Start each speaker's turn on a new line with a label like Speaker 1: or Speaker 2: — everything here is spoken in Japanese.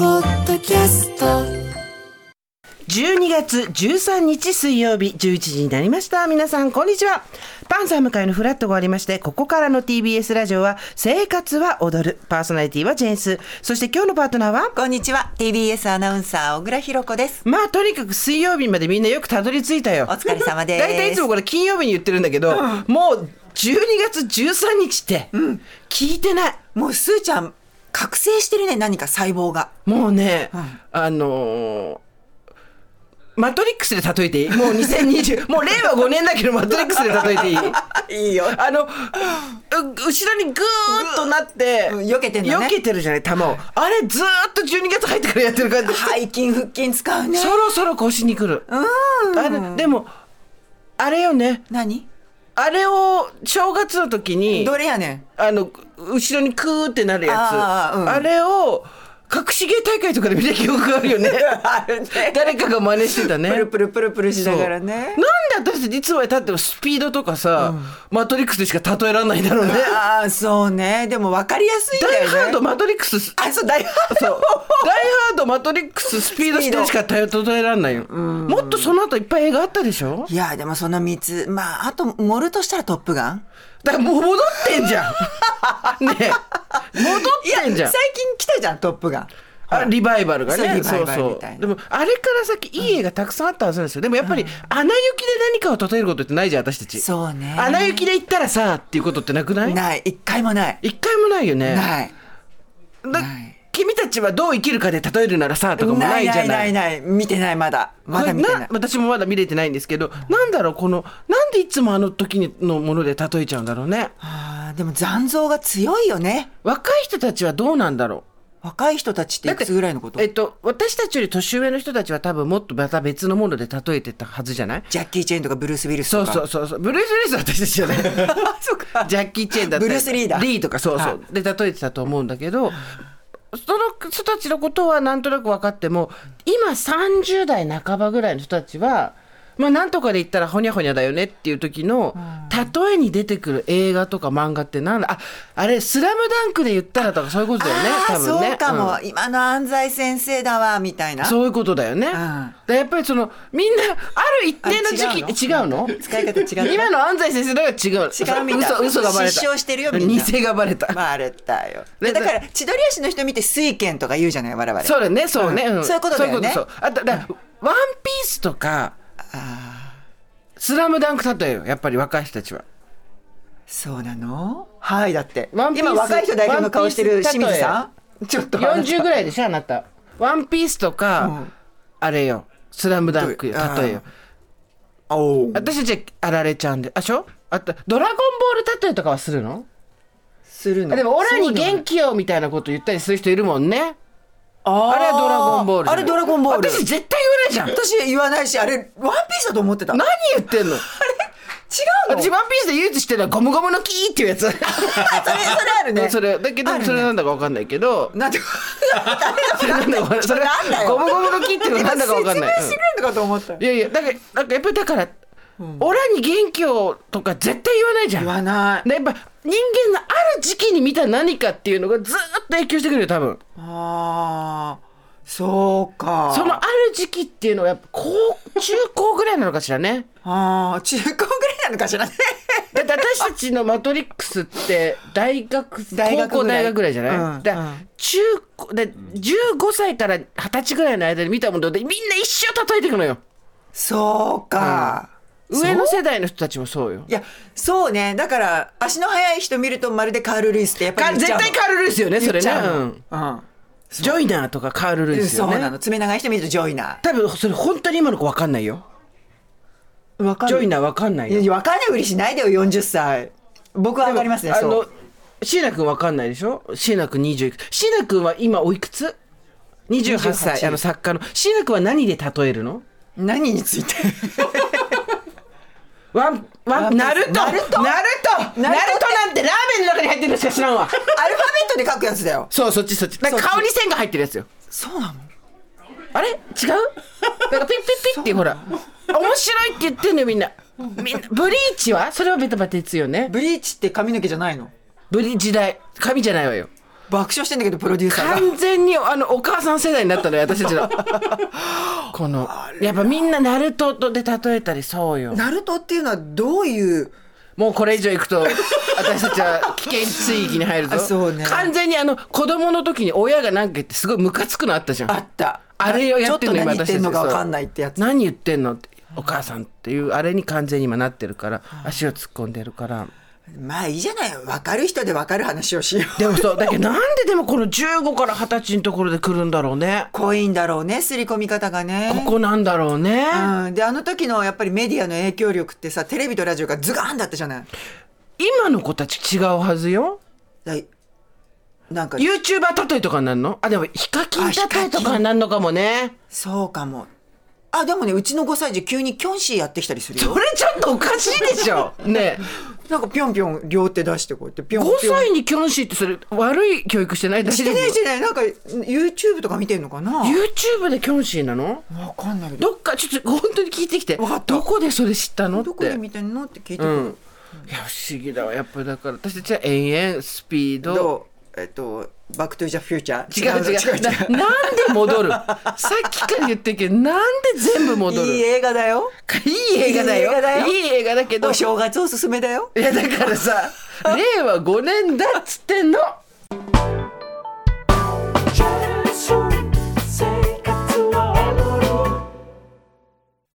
Speaker 1: キャスト12月13日水曜日11時になりました。皆さん、こんにちは。パンサー向かいのフラットがありまして、ここからの TBS ラジオは、生活は踊る。パーソナリティはジェンス。そして今日のパートナーは
Speaker 2: こんにちは。TBS アナウンサー、小倉弘子です。
Speaker 1: まあ、とにかく水曜日までみんなよくたどり着いたよ。
Speaker 2: お疲れ様です。
Speaker 1: 大体いつもこれ金曜日に言ってるんだけど、うん、もう12月13日って、うん、聞いてない。
Speaker 2: もうすーちゃん、覚醒してるね、何か細胞が。
Speaker 1: もうね、うん、あのーマトリックスで例えていいもう2020、もう令 和5年だけどマトリックスで例えて
Speaker 2: いいいいよ。
Speaker 1: あの、後ろにぐーっとなって、
Speaker 2: 避けてる、ね、
Speaker 1: 避けてるじゃない、球を。あれずーっと12月入ってからやってる感じ。
Speaker 2: 背筋、腹筋使うね。
Speaker 1: そろそろ腰にくる。。
Speaker 2: うん
Speaker 1: でも、あれよね。
Speaker 2: 何
Speaker 1: あれを正月の時に、
Speaker 2: どれやねん。
Speaker 1: あの、後ろにクーってなるやつ。あ,うん、あれを、隠し芸大会とかで見た記憶がある よね。 誰かが真似してたね。
Speaker 2: プルプルプルプルしながらね。
Speaker 1: なんで私いつまでたってもスピードとかさ、うん、マトリックスでしか例えられないだろうね。
Speaker 2: ああ、そうね。でも分かりやすいんだよね。
Speaker 1: ダイハード、マトリックス。
Speaker 2: あ、そう、ダイハード。
Speaker 1: ダイハード、マトリックス、スピードしてしか例えられないよ。もっとその後いっぱい映画あったでしょ
Speaker 2: いや、でもその3つ。まあ、あと、盛るとしたらトップガン。
Speaker 1: だからもう戻ってんじゃん。ね戻ってんじゃん。
Speaker 2: 最近来たじゃん、トップガン。
Speaker 1: あリバイバルがね。
Speaker 2: そう
Speaker 1: そう。でも、あれから先、いい映画たくさんあったはずなんですよ。でもやっぱり、穴行きで何かを例えることってないじゃん、私たち。
Speaker 2: そうね。
Speaker 1: 穴行きで行ったらさ、っていうことってなくない
Speaker 2: ない。一回もない。
Speaker 1: 一回もないよね。
Speaker 2: ない。
Speaker 1: だ君たちはどう生きるかで例えるならさ、とかもないじゃない。
Speaker 2: ないないない。見てない、まだ。まだ見てない。
Speaker 1: 私もまだ見れてないんですけど、なんだろう、この、なんでいつもあの時のもので例えちゃうんだろうね。
Speaker 2: ああ、でも残像が強いよね。
Speaker 1: 若い人たちはどうなんだろう。
Speaker 2: 若い人たちっていくつぐらいのこと
Speaker 1: えっと、私たちより年上の人たちは多分もっとまた別のもので例えてたはずじゃない
Speaker 2: ジャッキー・チェーンとかブルース・ウィルス
Speaker 1: とか。そうそうそう。ブルース・ウィルスは私たちじゃない。
Speaker 2: そうか。
Speaker 1: ジャッキー・チェーンだった
Speaker 2: ブルース・リーダー。
Speaker 1: リーとかそうそう。で、例えてたと思うんだけど、その人たちのことはなんとなく分かっても、今30代半ばぐらいの人たちは、まあ、なんとかで言ったらほにゃほにゃだよねっていう時の、例えに出てくる映画とか漫画ってなんだあ、あれ、スラムダンクで言ったらとかそういうことだよね、多分
Speaker 2: ね。そうかも、うん、今の安西先生だわ、みたいな。
Speaker 1: そういうことだよね。うん、だやっぱりその、みんな、ある一定の時期、違うの
Speaker 2: 使い方違
Speaker 1: う。今の安西先生だから違う。違う嘘、嘘がバレた。
Speaker 2: 失笑してるよ、
Speaker 1: 偽がバレた。
Speaker 2: バレたよ。だから、千鳥足の人見て水拳とか言うじゃない、我々。、
Speaker 1: そうだね、そうね。うん
Speaker 2: そういうことだよね。そういうこと
Speaker 1: そう。あと、だワンピースとか、あスラムダンク例えよ、やっぱり若い人たちは。
Speaker 2: そうなのはい、だって。今若い人代表の顔してる清水さ
Speaker 1: んちょっと。40ぐらいでしょ、あなた。ワンピースとか、うん、あれよ、スラムダンクよ、例えよ。
Speaker 2: お
Speaker 1: 私たちあられちゃうんで。あ、しょあと、ドラゴンボール例えとかはするの
Speaker 2: するの。
Speaker 1: でも、オラに元気よみたいなこと言ったりする人いるもんね。
Speaker 2: あ,
Speaker 1: あれドラゴンボール。
Speaker 2: あれドラゴンボール。
Speaker 1: 私絶対言わないじゃ
Speaker 2: ん。私言わないし、あれ、ワンピースだと思って た。
Speaker 1: 何言ってんのあれ
Speaker 2: 違
Speaker 1: う私ワンピースで唯一してるのはゴムゴムのキーっていうやつ。 それ、
Speaker 2: それあるね。
Speaker 1: それ、だけど、ね、それなんだかわかんないけど。
Speaker 2: なんで、それなんだ
Speaker 1: かそれなんだよ。ゴムゴムのキーっていうのなんだかわかんない。
Speaker 2: 説明してくれるのかと思った。
Speaker 1: いやいや、だから、なんかやっぱりだから、うん、オラに元気をとか絶対言わないじゃん。。
Speaker 2: 言わない
Speaker 1: やっぱ人間のある時期に見た何かっていうのがずっと影響してくるよ、多分。
Speaker 2: ああ、そうか。
Speaker 1: そのある時期っていうのはやっぱ高、中高ぐらいなのかしらね。
Speaker 2: ああ、中高ぐらいなのかしらね。
Speaker 1: だって私たちのマトリックスって大学、大学高校大学ぐらいじゃない、うん、だ、うん、中高、で15歳から20歳ぐらいの間に見たものでみんな一生叩いていくのよ。
Speaker 2: そうか。うん
Speaker 1: 上の世代の人たちもそうよ。
Speaker 2: いや、そうね。だから、足の速い人見るとまるでカール・ルイスってやっぱり
Speaker 1: 絶対カール・ルイスよね、それね。
Speaker 2: うん。うん
Speaker 1: ジョイナーとかカール・ルイス
Speaker 2: よ、ね。そうなの。爪長い人見るとジョイナー。
Speaker 1: 多分、それ本当に今の子わかんないよ。
Speaker 2: わかん
Speaker 1: ない。ジョイナーわかんないよ。
Speaker 2: わかんないふりしないでよ、40歳。僕はわかりますね、
Speaker 1: あの、椎名くんわかんないでしょ椎名くん20いくつ。椎名くんは今おいくつ ?28 歳、28あの作家の。椎名くんは何で例えるの
Speaker 2: 何について
Speaker 1: ワン、ワン、ナルトナルトナルトなんてラーメンの中に入ってるのしか知らんわ。アル
Speaker 2: ファベットで書くやつだよ。
Speaker 1: そう、そっちそっち。顔に線が入ってるやつよ。
Speaker 2: そうなの
Speaker 1: あれ違うなんかピッピッピッってほら。面白いって言ってんのよみんな。みんな、ブリーチはそれはベタバテつよね。
Speaker 2: ブリーチって髪の毛じゃないの
Speaker 1: ブリ、時代。髪じゃないわよ。
Speaker 2: 爆笑してんだけどプロデューサーが
Speaker 1: 完全にあのお母さん世代になったのよ私たち のこのやっぱみんなナルトとで例えたりそうよ
Speaker 2: ナルトっていうのはどういう
Speaker 1: もうこれ以上いくと私たちは危険水域に入るぞ
Speaker 2: あそうね
Speaker 1: 完全にあの子供の時に親がなんか言ってすごいムカつくのあったじゃん
Speaker 2: あった
Speaker 1: あれをやってんの
Speaker 2: ちょ
Speaker 1: 今
Speaker 2: っと何言
Speaker 1: 私
Speaker 2: って
Speaker 1: た
Speaker 2: ん
Speaker 1: ち
Speaker 2: のか分かんないってやつ
Speaker 1: 何言ってんのってお母さんっていうあれに完全に今なってるから足を突っ込んでるから
Speaker 2: まあいいじゃない分かる人 で分かる話をしよう
Speaker 1: でもそうだけどなんででもこの15から20歳のところで来るんだろうね
Speaker 2: 濃いんだろうね刷り込み方がね
Speaker 1: ここなんだろうね
Speaker 2: うん、であの時のやっぱりメディアの影響力ってさテレビとラジオがズガーンだったじゃない
Speaker 1: 今の子たち違うはずよ
Speaker 2: だいなんか
Speaker 1: YouTuber 例えとかになるのあでもヒカキン例えとかになるのかもね
Speaker 2: そうかもあでもねうちの5歳児急にキョンシーやってきたりする
Speaker 1: そ
Speaker 2: よ
Speaker 1: れちょっとおかしいでしょ ねえ
Speaker 2: なんかぴょんぴょん両手出してこうやってぴょん
Speaker 1: 5
Speaker 2: ぴょん
Speaker 1: 歳にキョンシーってそれ悪い教育してない
Speaker 2: してないしてないなんか YouTube とか見てんのかな
Speaker 1: YouTube でキョンシーなの
Speaker 2: わかんないけど
Speaker 1: どっかちょっと本当に聞いてきて
Speaker 2: わかった
Speaker 1: どこでそれ知ったのって
Speaker 2: どこで見てんのって聞いてく
Speaker 1: う
Speaker 2: る、
Speaker 1: んいや不思議だわやっぱりだから私たちは延々スピード
Speaker 2: どうえっと「バック・トゥ・ザ・フューチャー」
Speaker 1: 違う違う
Speaker 2: 違う
Speaker 1: な
Speaker 2: 違う
Speaker 1: なんで戻るさっきから言ってるけどなんで全部戻る
Speaker 2: いい映画だよ
Speaker 1: いい映画だよ
Speaker 2: いい映画だよ
Speaker 1: いい映画だけど
Speaker 2: お正月おすすめだよ
Speaker 1: いやだからさ令和5年だっつってんの